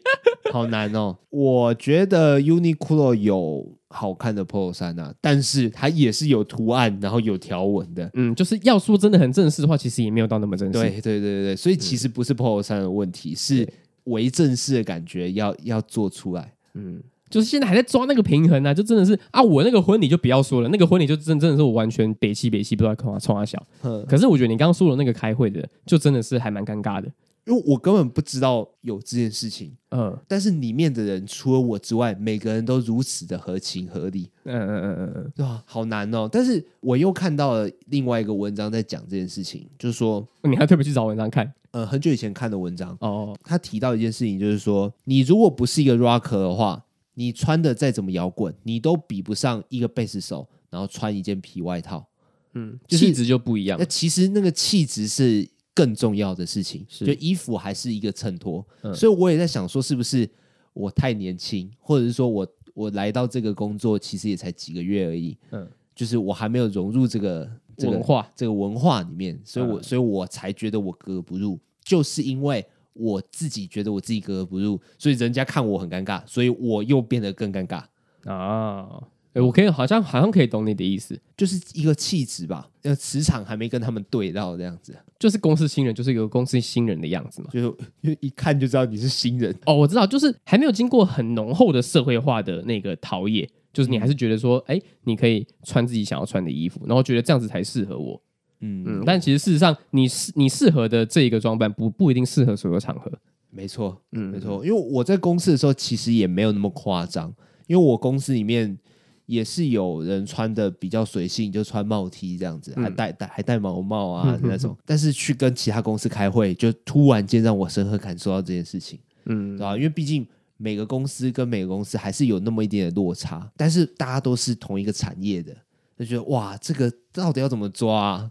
Speaker 1: 好难哦。我觉得 Uniqlo 有好看的 polo 衫啊，但是它也是有图案，然后有条纹的。
Speaker 2: 嗯，就是要说真的很正式的话，其实也没有到那么正式。
Speaker 1: 对，对对对对，所以其实不是 polo 衫的问题，是为正式的感觉要要做出来。
Speaker 2: 嗯，就是现在还在抓那个平衡啊，就真的是啊，我那个婚礼就不要说了，那个婚礼就真真的是我完全北气北气，不知道冲他冲他小。
Speaker 1: 哼，
Speaker 2: 可是我觉得你刚刚说的那个开会的，就真的是还蛮尴尬的。
Speaker 1: 因为我根本不知道有这件事情，
Speaker 2: 嗯
Speaker 1: 但是里面的人除了我之外，每个人都如此的合情合理，
Speaker 2: 嗯嗯嗯嗯嗯
Speaker 1: 对吧？好难哦。但是我又看到了另外一个文章在讲这件事情，就是说，
Speaker 2: 嗯，你还特别去找文章看
Speaker 1: 呃，很久以前看的文章，
Speaker 2: 哦，
Speaker 1: 他提到一件事情，就是说，你如果不是一个 rocker 的话，你穿的再怎么摇滚，你都比不上一个贝斯手，然后穿一件皮外套。
Speaker 2: 嗯，
Speaker 1: 就是
Speaker 2: 气质就哎不一样
Speaker 1: 那。其实那个气质是更重要的事情，
Speaker 2: 是
Speaker 1: 就衣服还是一个衬托。
Speaker 2: 嗯
Speaker 1: 所以我也在想，说是不是我太年轻，或者是说我我来到这个工作其实也才几个月而已，
Speaker 2: 嗯，
Speaker 1: 就是我还没有融入这个这个
Speaker 2: 文化
Speaker 1: 这个文化里面，所以我、
Speaker 2: 嗯
Speaker 1: 所以我才觉得我格格不入，就是因为。我自己觉得我自己格格不入，所以人家看我很尴尬，所以我又变得更尴尬，
Speaker 2: 啊，哎我可以好像好像可以懂你的意思，
Speaker 1: 就是一个气质吧，呃，磁场还没跟他们对到这样子，
Speaker 2: 就是公司新人就是有公司新人的样 子嘛。
Speaker 1: 就是因为一看就知道你是新人，
Speaker 2: 哦，我知道，就是还没有经过很浓厚的社会化的那个陶冶，就是你还是觉得说，哎、你可以穿自己想要穿的衣服，然后觉得这样子才适合我。
Speaker 1: 嗯，
Speaker 2: 嗯，但其实事实上，你适你适合的这一个装扮不不一定适合所有场合。
Speaker 1: 没错，
Speaker 2: 嗯，
Speaker 1: 没。错。因为我在公司的时候，其实也没有那么夸张，因为我公司里面也是有人穿的比较随性，就穿帽 T 这样子，还
Speaker 2: 嗯
Speaker 1: 戴戴还戴毛帽啊
Speaker 2: 嗯
Speaker 1: 那种。但是去跟其他公司开会，就突然间让我深刻感受到这件事情，
Speaker 2: 嗯
Speaker 1: 对，吧？因为毕竟。每个公司跟每个公司还是有那么一点点落差，但是大家都是同一个产业的，就觉得哇，这个到底要怎么抓、啊？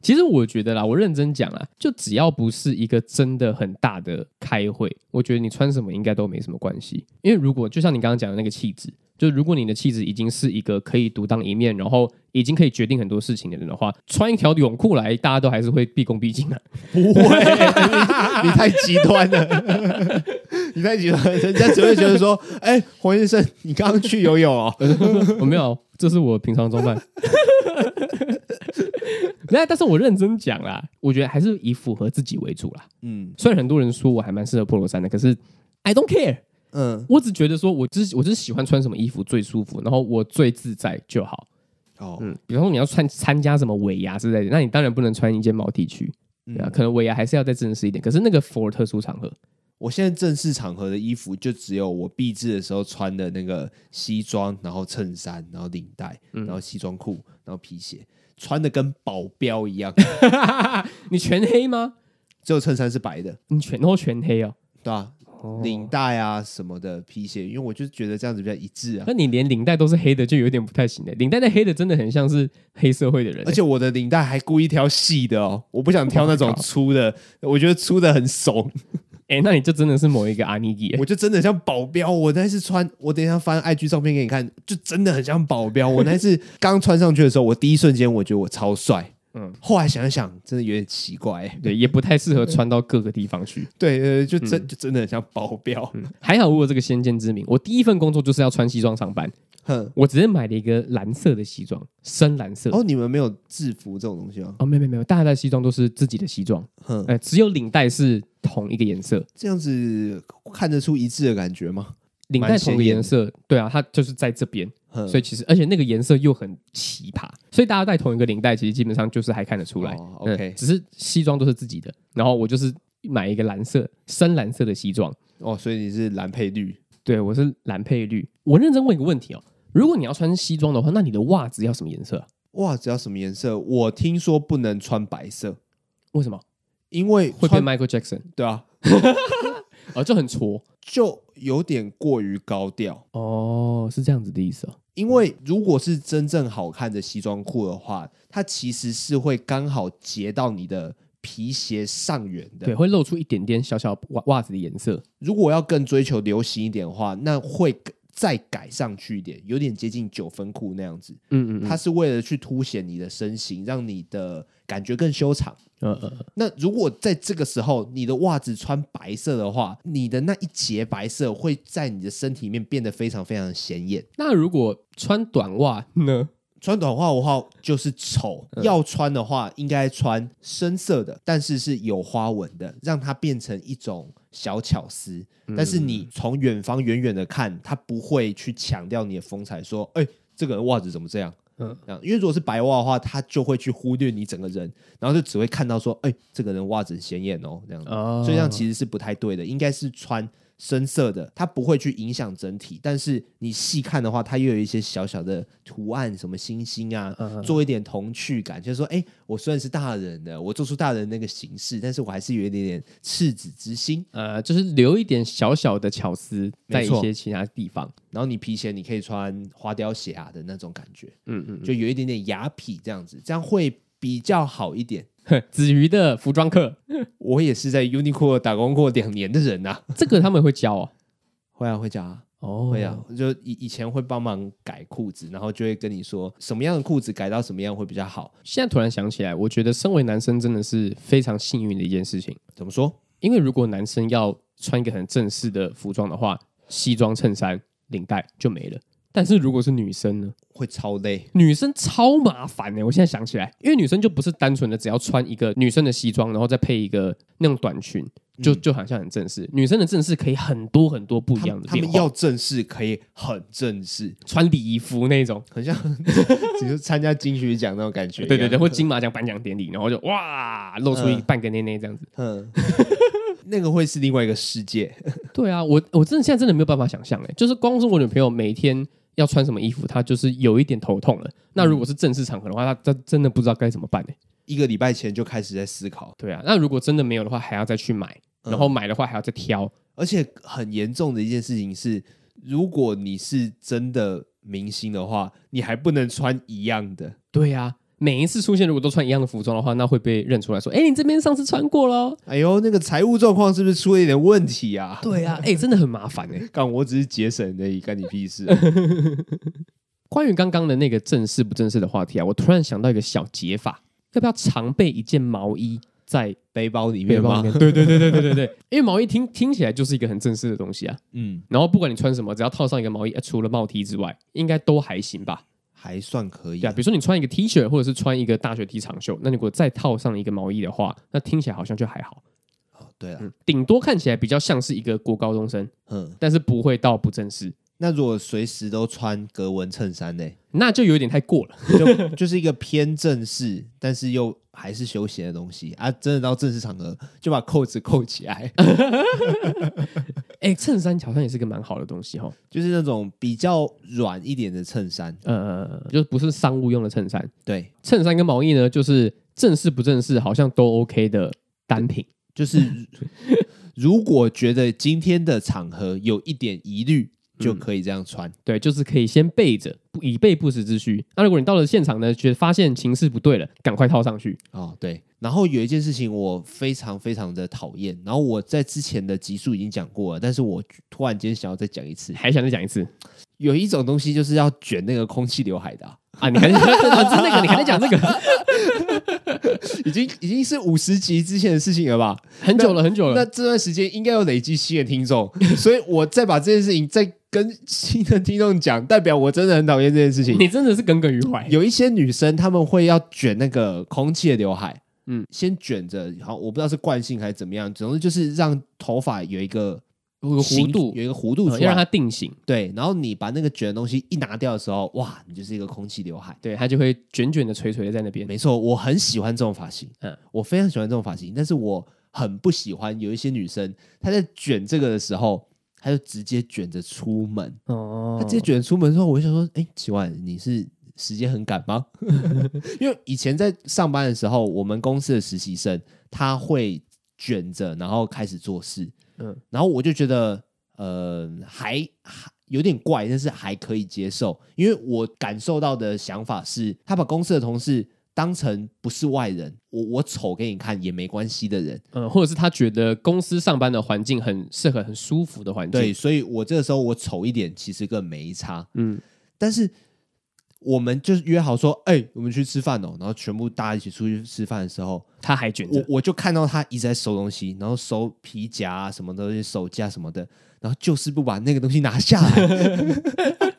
Speaker 2: 其实我觉得啦，我认真讲啦，就只要不是一个真的很大的开会，我觉得你穿什么应该都没什么关系。因为如果就像你刚刚讲的那个气质，就如果你的气质已经是一个可以独当一面，然后已经可以决定很多事情的人的话，穿一条泳裤来，大家都还是会毕恭毕敬的、啊
Speaker 1: 不会，你太极端了，你太极端了，人家只会觉得说，哎、黄先生，你刚刚去游泳哦，
Speaker 2: 我没 有，这是我平常装扮。 那但是我认真讲啦，我觉得还是以符合自己为主啦。
Speaker 1: 嗯
Speaker 2: 虽然很多人说我还蛮适合 polo 衫的，可是 I don't care。
Speaker 1: 嗯，
Speaker 2: 我只觉得说，我只我只喜欢穿什么衣服最舒服，然后我最自在就好。
Speaker 1: 哦，
Speaker 2: 嗯，比方说你要穿参加什么尾牙之类的，那你当然不能穿一件毛 T 去，对啊，
Speaker 1: 嗯
Speaker 2: 可能尾牙还是要再正式一点。可是那个 for 特殊场合，
Speaker 1: 我现在正式场合的衣服就只有我毕制的时候穿的那个西装，然后衬衫，然后领带，然后西装裤，然后皮鞋，穿的跟保镖一样，
Speaker 2: 你全黑吗？
Speaker 1: 只有衬衫是白的，
Speaker 2: 你全都全黑哦。
Speaker 1: 对吧、领带啊什么的，皮鞋，因为我就觉得这样子比较一致啊
Speaker 2: 那。你连领带都是黑的，就有点不太行的。领带的黑的真的很像是黑社会的人欸，
Speaker 1: 而且我的领带还故意挑细的哦，我不想挑那种
Speaker 2: 哇靠
Speaker 1: 粗的，我觉得粗的很怂。
Speaker 2: 哎、那你就真的是某一个阿尼基耶，欸
Speaker 1: 我就真的像保镖，我那次穿，我等一下翻 IG 照片给你看，就真的很像保镖。我那次刚穿上去的时候，我第一瞬间我觉得我超帅，
Speaker 2: 嗯
Speaker 1: 嗯，后来想一想，真的有点奇怪、欸。
Speaker 2: 对，也不太适合穿到各个地 方去。
Speaker 1: 对，呃，就真、就真的很像保镖。
Speaker 2: 还好我有这个先见之明，我第一份工作就是要穿西装上班，
Speaker 1: 哼，
Speaker 2: 我直接买了一个蓝色的西装，深蓝色。哦
Speaker 1: 哦，你们没有制服这种东西吗？
Speaker 2: 哦没有没有没有，大家的西装都是自己的西装，
Speaker 1: 哼，
Speaker 2: 呃，只有领带是同一个颜色，
Speaker 1: 这样子看得出一致的感觉吗？
Speaker 2: 领带同一个颜色，对啊，它就是在这边，
Speaker 1: 哼，
Speaker 2: 所以其实而且那个颜色又很奇葩，所以大家戴同一个领带，其实基本上就是还看得出来。
Speaker 1: 哦，OK
Speaker 2: 嗯只是西装都是自己的，然后我就是买一个蓝色深蓝色的西装，
Speaker 1: 哦，所以你是蓝配绿，
Speaker 2: 对我是蓝配绿。我认真问一个问题哦，如果你要穿西装的话，那你的袜子要什么颜色啊？
Speaker 1: 哇，只要什么颜色？我听说不能穿白色，
Speaker 2: 为什么
Speaker 1: 因为
Speaker 2: 会
Speaker 1: 穿
Speaker 2: 变 Michael Jackson？
Speaker 1: 对啊，
Speaker 2: 哦，就很挫
Speaker 1: 就有点过于高调。
Speaker 2: 哦，是这样子的意思哦。
Speaker 1: 因为如果是真正好看的西装裤的话，它其实是会刚好截到你的皮鞋上缘
Speaker 2: 对，
Speaker 1: 的。
Speaker 2: 会露出一点点小小袜袜子的颜色。
Speaker 1: 如果要更追求流行一点的话，那会再改上去一点，有点接近九分裤那样子。
Speaker 2: 嗯嗯
Speaker 1: 它是为了去凸显你的身形，让你的感觉更修长。
Speaker 2: 嗯嗯嗯，
Speaker 1: 那如果在这个时候你的袜子穿白色的话，你的那一截白色会在你的身体里面变得非常非常显眼。
Speaker 2: 那如果穿短袜呢？
Speaker 1: 穿短袜的话就是丑，要穿的话应该穿深色的，但是是有花纹的，让它变成一种小巧思。但是你从远方远远的看，它不会去强调你的风采，说，哎、这个人袜子怎么这样？
Speaker 2: 嗯
Speaker 1: 嗯，因为如果是白袜的话，他就会去忽略你整个人，然后就只会看到说，哎、这个人袜子很显眼哦，这样子。
Speaker 2: 哦
Speaker 1: 所以这样其实是不太对的，应该是穿深色的，它不会去影响整体。但是你细看的话，它又有一些小小的图案，什么星星啊，
Speaker 2: 嗯
Speaker 1: 做一点童趣感，就是说，哎、我虽然是大人的，我做出大人那个形式，但是我还是有一点点赤子之心。
Speaker 2: 呃，就是留一点小小的巧思在
Speaker 1: 没
Speaker 2: 一
Speaker 1: 错
Speaker 2: 些其他地方。
Speaker 1: 然后你皮鞋你可以穿花雕鞋啊的那种感觉，
Speaker 2: 嗯嗯
Speaker 1: 就有一点点雅痞这样子，这样会比较好一点。
Speaker 2: 哼，子瑜的服装课，
Speaker 1: 我也是在 Uniqlo 打工过两年的人呐、啊，
Speaker 2: 这个他们会教哦。
Speaker 1: 会啊会讲啊。
Speaker 2: 哦
Speaker 1: 会啊，就以以前会帮忙改裤子，然后就会跟你说什么样的裤子改到什么样会比较好。
Speaker 2: 现在突然想起来，我觉得身为男生真的是非常幸运的一件事情，
Speaker 1: 怎么说？
Speaker 2: 因为如果男生要穿一个很正式的服装的话，西装、衬衫、领带就没了。但是如果是女生呢？
Speaker 1: 会超累，
Speaker 2: 女生超麻烦欸呢、我现在想起来，因为女生就不是单纯的只要穿一个女生的西装，然后再配一个那种短裙，就
Speaker 1: 嗯
Speaker 2: 就好像很正式。女生的正式可以很多很多不一
Speaker 1: 他
Speaker 2: 样
Speaker 1: 们
Speaker 2: 的
Speaker 1: 他
Speaker 2: 变
Speaker 1: 们
Speaker 2: 化，
Speaker 1: 要正式可以很正式，
Speaker 2: 穿礼服那种，
Speaker 1: 很 像只是参加金曲奖那种感觉。
Speaker 2: 对对对，，或金马奖颁奖典礼，然后就哇露出一
Speaker 1: 嗯
Speaker 2: 半个内内这样子。
Speaker 1: 嗯， 那个会是另外一个世界。
Speaker 2: 对啊，我我真的现在真的没有办法想象哎，就是光是我女朋友每天要穿什么衣服，她就是有一点头痛了。那如果是正式场合的话，她她真的不知道该怎么办哎。
Speaker 1: 一个礼拜前就开始在思考，
Speaker 2: 对啊，那如果真的没有的话，还要再去买，
Speaker 1: 嗯
Speaker 2: 然后买的话还要再挑。
Speaker 1: 而且很严重的一件事情是，如果你是真的明星的话，你还不能穿一样的。
Speaker 2: 对啊呀、每一次出现如果都穿一样的服装的话，那会被认出来说：“哎、你这边上次穿过喽。
Speaker 1: 哎呦，那个财务状况是不是出了一点问题啊”？
Speaker 2: 对呀、 哎、真的很麻烦哎、
Speaker 1: 干，我只是节省而已，干你屁 事、
Speaker 2: 关于刚刚的那个正式不正式的话题啊，我突然想到一个小解法，要不要常备一件毛衣在
Speaker 1: 背包里
Speaker 2: 背
Speaker 1: 面
Speaker 2: 包
Speaker 1: 吗
Speaker 2: 里？面？对对对对对对 对，因为毛衣听听起来就是一个很正式的东西啊。
Speaker 1: 嗯，
Speaker 2: 然后不管你穿什么，只要套上一个毛衣，呃除了帽 T 之外，应该都还行吧？
Speaker 1: 还算可以、
Speaker 2: 对啊，比如说你穿一个 T 恤，或者是穿一个大学 T 长袖，那如果再套上一个毛衣的话，那听起来好像就还好。
Speaker 1: 哦对了，
Speaker 2: 嗯，顶多看起来比较像是一个国高中生，
Speaker 1: 嗯，
Speaker 2: 但是不会到不正式，
Speaker 1: 那如果随时都穿格纹衬衫 呢，
Speaker 2: 那就有点太过了。
Speaker 1: 就就是一个偏正式，但是又还是休闲的东西啊。真的到正式场合，就把扣子扣起 来，
Speaker 2: 哎、衬衫好像也是个蛮好的东西哈、哦，
Speaker 1: 就是那种比较软一点的衬衫。
Speaker 2: 呃，就不是商务用的衬衫，
Speaker 1: 对，
Speaker 2: 衬衫跟毛衣呢，就是正式不正式好像都 OK 的单品。
Speaker 1: 就是如果觉得今天的场合有一点疑虑，
Speaker 2: 嗯
Speaker 1: 就可以这样穿。
Speaker 2: 对，就是可以先备着，不以备不时之需。那如果你到了现场呢，觉得发现情势不对了，赶快套上去。
Speaker 1: 哦，对。然后有一件事情我非常非常的讨厌，然后我在之前的集数已经讲过了，但是我突然间想要再讲一次。
Speaker 2: 还想再讲一 次
Speaker 1: 有一种东西就是要卷那个空气刘海的啊、
Speaker 2: 啊？你还是那个，你还在讲这 个，
Speaker 1: 已经已经是五十集之前的事情了吧？
Speaker 2: 很久了，很久
Speaker 1: 那
Speaker 2: 了。
Speaker 1: 这段时间应该有累积新的听众，所以我再把这件事情再跟新的听众讲，代表我真的很讨厌这件事情。
Speaker 2: 你真的是耿耿于怀。
Speaker 1: 有一些女生她们会要卷那个空气的刘海，嗯
Speaker 2: 嗯，
Speaker 1: 先卷着，好，我不知道是惯性还是怎么样，总之就是让头发有一个
Speaker 2: 有个弧
Speaker 1: 形
Speaker 2: 度
Speaker 1: 有，一个弧度呃
Speaker 2: 嗯
Speaker 1: 出
Speaker 2: 要让它
Speaker 1: 来。
Speaker 2: 定型，
Speaker 1: 对，然后你把那个卷的东西一拿掉的时候，哇，你就是一个空气刘海。
Speaker 2: 对，它就会卷卷的、垂垂的在那边。
Speaker 1: 没错，我很喜欢这种发型，嗯
Speaker 2: 嗯，
Speaker 1: 我非常喜欢这种发型，但是我很不喜欢有一些女生她在卷这个的时候，她就直接卷着出门，
Speaker 2: 哦
Speaker 1: 她直接卷出门之后，我就想说，哎、奇怪，你是时间很赶吗？ 因为以前在上班的时候，我们公司的实习生他会卷着，然后开始做事，嗯
Speaker 2: 嗯，
Speaker 1: 然后我就觉得，呃，还还。有点怪，但是还可以接受，因为我感受到的想法是，他把公司的同事当成不是外人，我我丑给你看也没关系的人，
Speaker 2: 嗯，或者是他觉得公司上班的环境很适合、很舒服的环境。
Speaker 1: 对，，所以我这个时候我丑一点其实更没差，
Speaker 2: 嗯，
Speaker 1: 但是我们就是约好说，哎、我们去吃饭哦，然后全部大家一起出去吃饭的时候，
Speaker 2: 他还卷
Speaker 1: 我
Speaker 2: 着，
Speaker 1: 我就看到他一直在收东西，然后收皮夹、啊、什么东西，手架什么的，然后就是不把那个东西拿下来，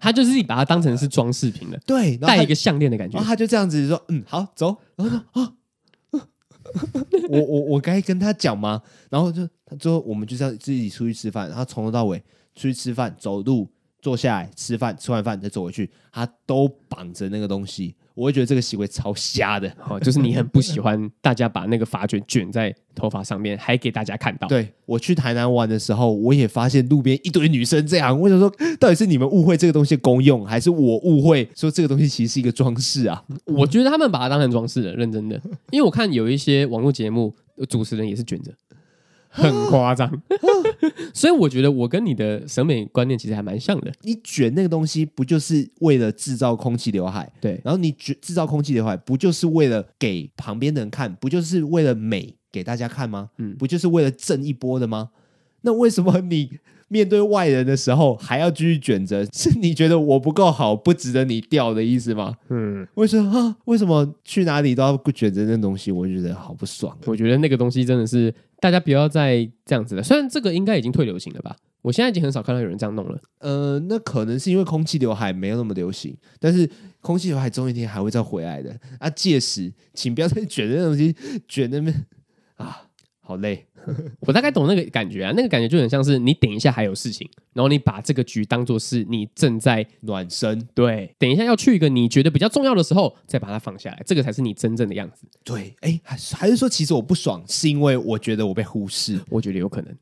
Speaker 2: 他就是把它当成是装饰品了，
Speaker 1: 对，然后
Speaker 2: 带
Speaker 1: 他
Speaker 2: 一个项链的感觉
Speaker 1: 然后。他就这样子说：“嗯，好，走。”然后说：“啊，我我我该跟他讲吗？”然后就他最后我们就这样自己出去吃饭，然后从头到尾出去吃饭，走路坐下来吃饭，吃完饭再走回去，他都绑着那个东西。我会觉得这个行为超瞎的。
Speaker 2: 哦，就是你很不喜欢大家把那个发卷卷在头发上面，还给大家看到。，
Speaker 1: 对我去台南玩的时候，我也发现路边一堆女生这样。我想说，到底是你们误会这个东西的功用，还是我误会说这个东西其实是一个装饰啊？
Speaker 2: 我觉得他们把它当成装饰了，认真的。因为我看有一些网络节目，主持人也是卷着，很夸张。
Speaker 1: 哦
Speaker 2: 所以我觉得我跟你的审美观念其实还蛮像的。
Speaker 1: 你卷那个东西，不就是为了制造空气刘海？
Speaker 2: 对，
Speaker 1: 然后你制制造空气刘海，不就是为了给旁边的人看，不就是为了美给大家看吗？
Speaker 2: 嗯
Speaker 1: 不就是为了挣一波的吗？那为什么你面对外人的时候还要继续卷着？是你觉得我不够好，不值得你掉的意思吗？
Speaker 2: 嗯，
Speaker 1: 为什么啊？为什么去哪里都要卷着那东西？我就觉得好不爽。
Speaker 2: 我觉得那个东西真的是大家不要再这样子了。虽然这个应该已经退流行了吧，我现在已经很少看到有人这样弄了。
Speaker 1: 呃，那可能是因为空气刘海没有那么流行，但是空气刘海总有一天还会再回来的。啊，届时请不要再卷那东西，卷那边啊，好累。
Speaker 2: 我大概懂那个感觉啊，那个感觉就很像是你等一下还有事情，然后你把这个局当做是你正在
Speaker 1: 暖身，
Speaker 2: 对，等一下要去一个你觉得比较重要的时候，再把它放下来，这个才是你真正的样子。
Speaker 1: 对，哎，还是还是说，其实我不爽，是因为我觉得我被忽 视。
Speaker 2: 我觉得有可能。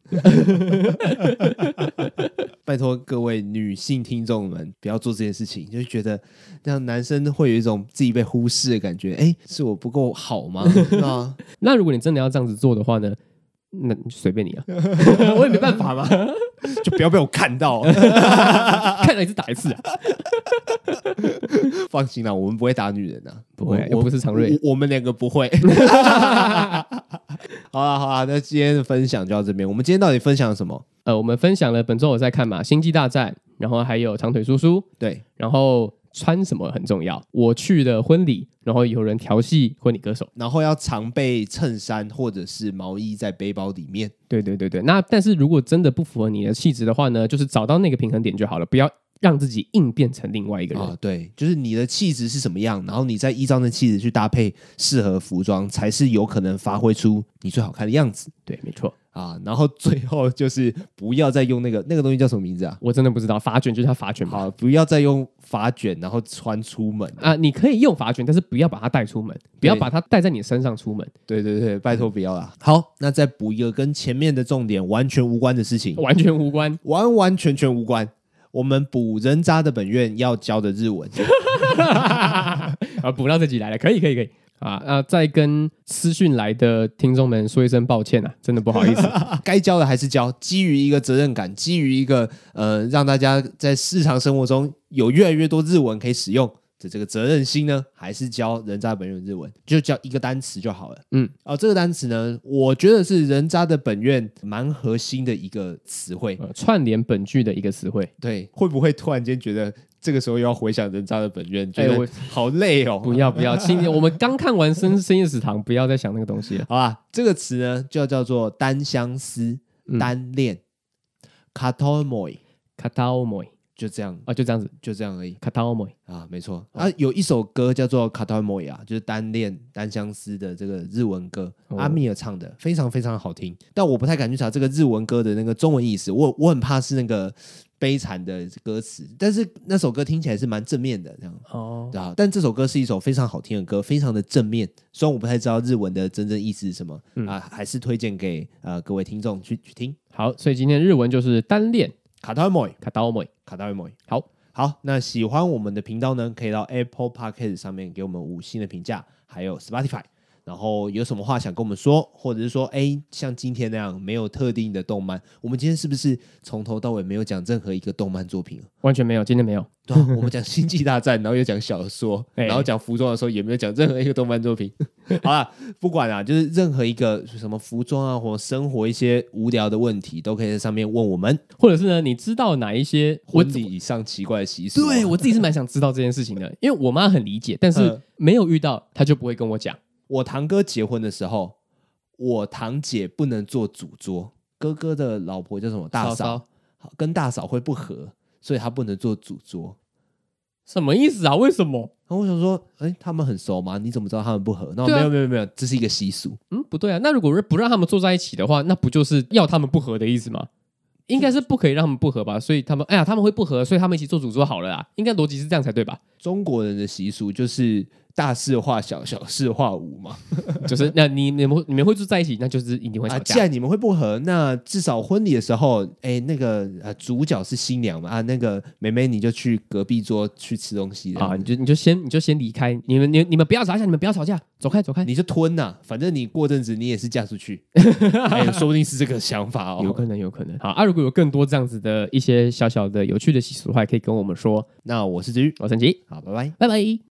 Speaker 1: 拜托各位女性听众们，不要做这件事情，就是觉得让男生会有一种自己被忽视的感觉。哎，是我不够好 吗？啊，
Speaker 2: 那如果你真的要这样子做的话呢，那就 随便你啊，我也没办法嘛，
Speaker 1: 就不要被我看 到。
Speaker 2: 看了一次打一次啊。
Speaker 1: 放心啦，我们不会打女人啊，
Speaker 2: 不会啊
Speaker 1: 我
Speaker 2: 又不是常瑞
Speaker 1: 我我们两个不 会。好啦好啦，那今天的分享就到这边。我们今天到底分享了什么？
Speaker 2: 呃，我们分享了本周我在看嘛《星际大战》，然后还有长腿叔叔，
Speaker 1: 对，
Speaker 2: 然后穿什么很重要。我去的婚礼，然后有人调戏婚礼歌手。
Speaker 1: 然后要常备衬衫或者是毛衣在背包里面。
Speaker 2: 对对对对，那但是如果真的不符合你的气质的话呢，就是找到那个平衡点就好了，不要让自己硬变成另外一个人。
Speaker 1: 啊，对，就是你的气质是什么样，然后你再依照那气质去搭配适合服装，才是有可能发挥出你最好看的样子
Speaker 2: 对，没错，
Speaker 1: 啊。然后 最后就是不要再用那个那个东西叫什么名字啊？
Speaker 2: 我真的不知道发卷就是它发卷吧
Speaker 1: 好，不要再用发卷，然后穿出门。
Speaker 2: 啊，你可以用发卷，但是不要把它带出门，不要把它带在你身上出门，
Speaker 1: 对对对，拜托不要啦。好，那再补一个跟前面的重点完全无关的事情，
Speaker 2: 完全 无关。
Speaker 1: 完完全全无关。我们补人渣的本院要教的日文。
Speaker 2: 啊，补到这集来了，可以可以可以。啊，那、再跟私讯来的听众们说一声抱歉啊，真的不好意思。
Speaker 1: 该教的还是教，基于一个责任感，基于一个呃，让大家在日常生活中有越来越多日文可以使用的这个责任心呢，还是教人渣本愿日文，就教一个单词就好了。
Speaker 2: 嗯，
Speaker 1: 哦，这个单词呢，我觉得是人渣的本愿蛮核心的一个词汇。
Speaker 2: 呃串联本剧的一个词汇，
Speaker 1: 对，会不会突然间觉得这个时候又要回想人渣的本愿，觉
Speaker 2: 哎
Speaker 1: 得
Speaker 2: 我
Speaker 1: 好累哦？
Speaker 2: 不要不要，亲，我们刚看完《深深夜食堂》，不要再想那个东 西了。
Speaker 1: 好吧，这个词呢就要叫做单相思、
Speaker 2: 嗯
Speaker 1: 单恋、卡托莫，
Speaker 2: 卡塔欧莫
Speaker 1: 就这样，
Speaker 2: 啊，就这样子，
Speaker 1: 就这样而已
Speaker 2: 卡塔欧莫。
Speaker 1: 啊，没错
Speaker 2: 哦
Speaker 1: 啊，有一首歌叫做《卡托莫啊，就是单恋、单相思的这个日文歌，
Speaker 2: 哦
Speaker 1: 阿米尔唱的，非常非常好听。但我不太敢去查这个日文歌的那个中文意思，我我很怕是那个悲惨的歌词，但是那首歌听起来是蛮正面的，这样。
Speaker 2: 哦，
Speaker 1: 对啊，但这首歌是一首非常好听的歌，非常的正面。虽然我不太知道日文的真正意思是什么、
Speaker 2: 嗯
Speaker 1: 啊，还是推荐给呃各位听众去去听。
Speaker 2: 好，所以今天日文就是单恋
Speaker 1: 卡塔莫，
Speaker 2: 卡塔欧莫。
Speaker 1: 卡塔莫，
Speaker 2: 好
Speaker 1: 好。那喜欢我们的频道呢，可以到 Apple Podcast 上面给我们五星的评价，还有 Spotify。然后有什么话想跟我们说，或者是说，哎，像今天那样没有特定的动漫，我们今天是不是从头到尾没有讲任何一个动漫作品啊？
Speaker 2: 完全没有，今天没有。
Speaker 1: 对 啊，我们讲《星际大战》，然后又讲小说，
Speaker 2: 哎
Speaker 1: 然后讲服装的时候也没有讲任何一个动漫 作品。好啦，不管啊，就是任何一个什么服装啊，或生活一些无聊的问题，都可以在上面问我们。
Speaker 2: 或者是呢，你知道哪一些我
Speaker 1: 婚礼以上奇怪的习俗啊、
Speaker 2: 对我自己是蛮想知道这件事情的，因为我妈很理解，但是
Speaker 1: 嗯
Speaker 2: 没有遇到，她就不会跟我讲。
Speaker 1: 我堂哥结婚的时候，我堂姐不能做主桌，哥哥的老婆叫什么大
Speaker 2: 嫂嫂
Speaker 1: 嫂，好跟大嫂会不和，所以她不能做主桌。
Speaker 2: 什么意思啊？为什么？
Speaker 1: 然后我想说，哎、他们很熟吗？你怎么知道他们不和？那我
Speaker 2: 对
Speaker 1: 没
Speaker 2: 啊
Speaker 1: 有没有没有，这是一个习俗。
Speaker 2: 嗯，不对啊。那如果不让他们坐在一起的话，那不就是要他们不和的意思吗？应该是不可以让他们不和吧？所以他们，哎呀，他们会不和，所以他们一起做主桌好了啦。应该逻辑是这样才对吧？
Speaker 1: 中国人的习俗就是大事化小，小事化无嘛。
Speaker 2: 就是那你你们会你们会住在一起，那就是一定会吵
Speaker 1: 啊，
Speaker 2: 架。
Speaker 1: 既然你们会不和，那至少婚礼的时候，哎，那个呃主角是新娘嘛，啊，那个妹妹你就去隔壁桌去吃东西
Speaker 2: 啊，
Speaker 1: 啊
Speaker 2: 你，就你就先你就先离开，你们你你们不要吵架，你们不要吵架，走开走开。
Speaker 1: 你就吞呐、反正你过阵子你也是嫁出 去，哎，说不定是这个想法
Speaker 2: 有
Speaker 1: 哦。
Speaker 2: 可能，有可能。好啊，如果有更多这样子的一些小小的有趣的习俗的话，也可以跟我们说。
Speaker 1: 那我是子瑜，
Speaker 2: 我是陈吉，
Speaker 1: 好，拜拜。
Speaker 2: 拜拜。